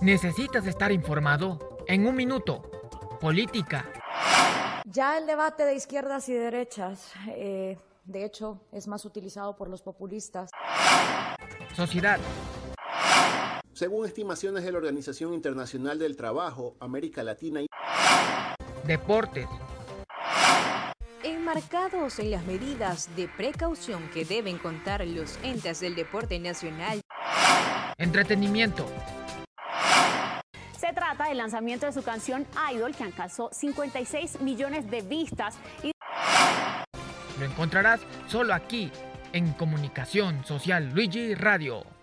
Necesitas estar informado. En un minuto. Política. Ya el debate de izquierdas y derechas, eh, de hecho, es más utilizado por los populistas. Sociedad. Según estimaciones de la Organización Internacional del Trabajo, América Latina y Deportes. Enmarcados en las medidas de precaución que deben contar los entes del deporte nacional, Entretenimiento. Se trata del lanzamiento de su canción Idol, que alcanzó 56 millones de vistas y Lo encontrarás solo aquí, en Comunicación Social Luigi Radio.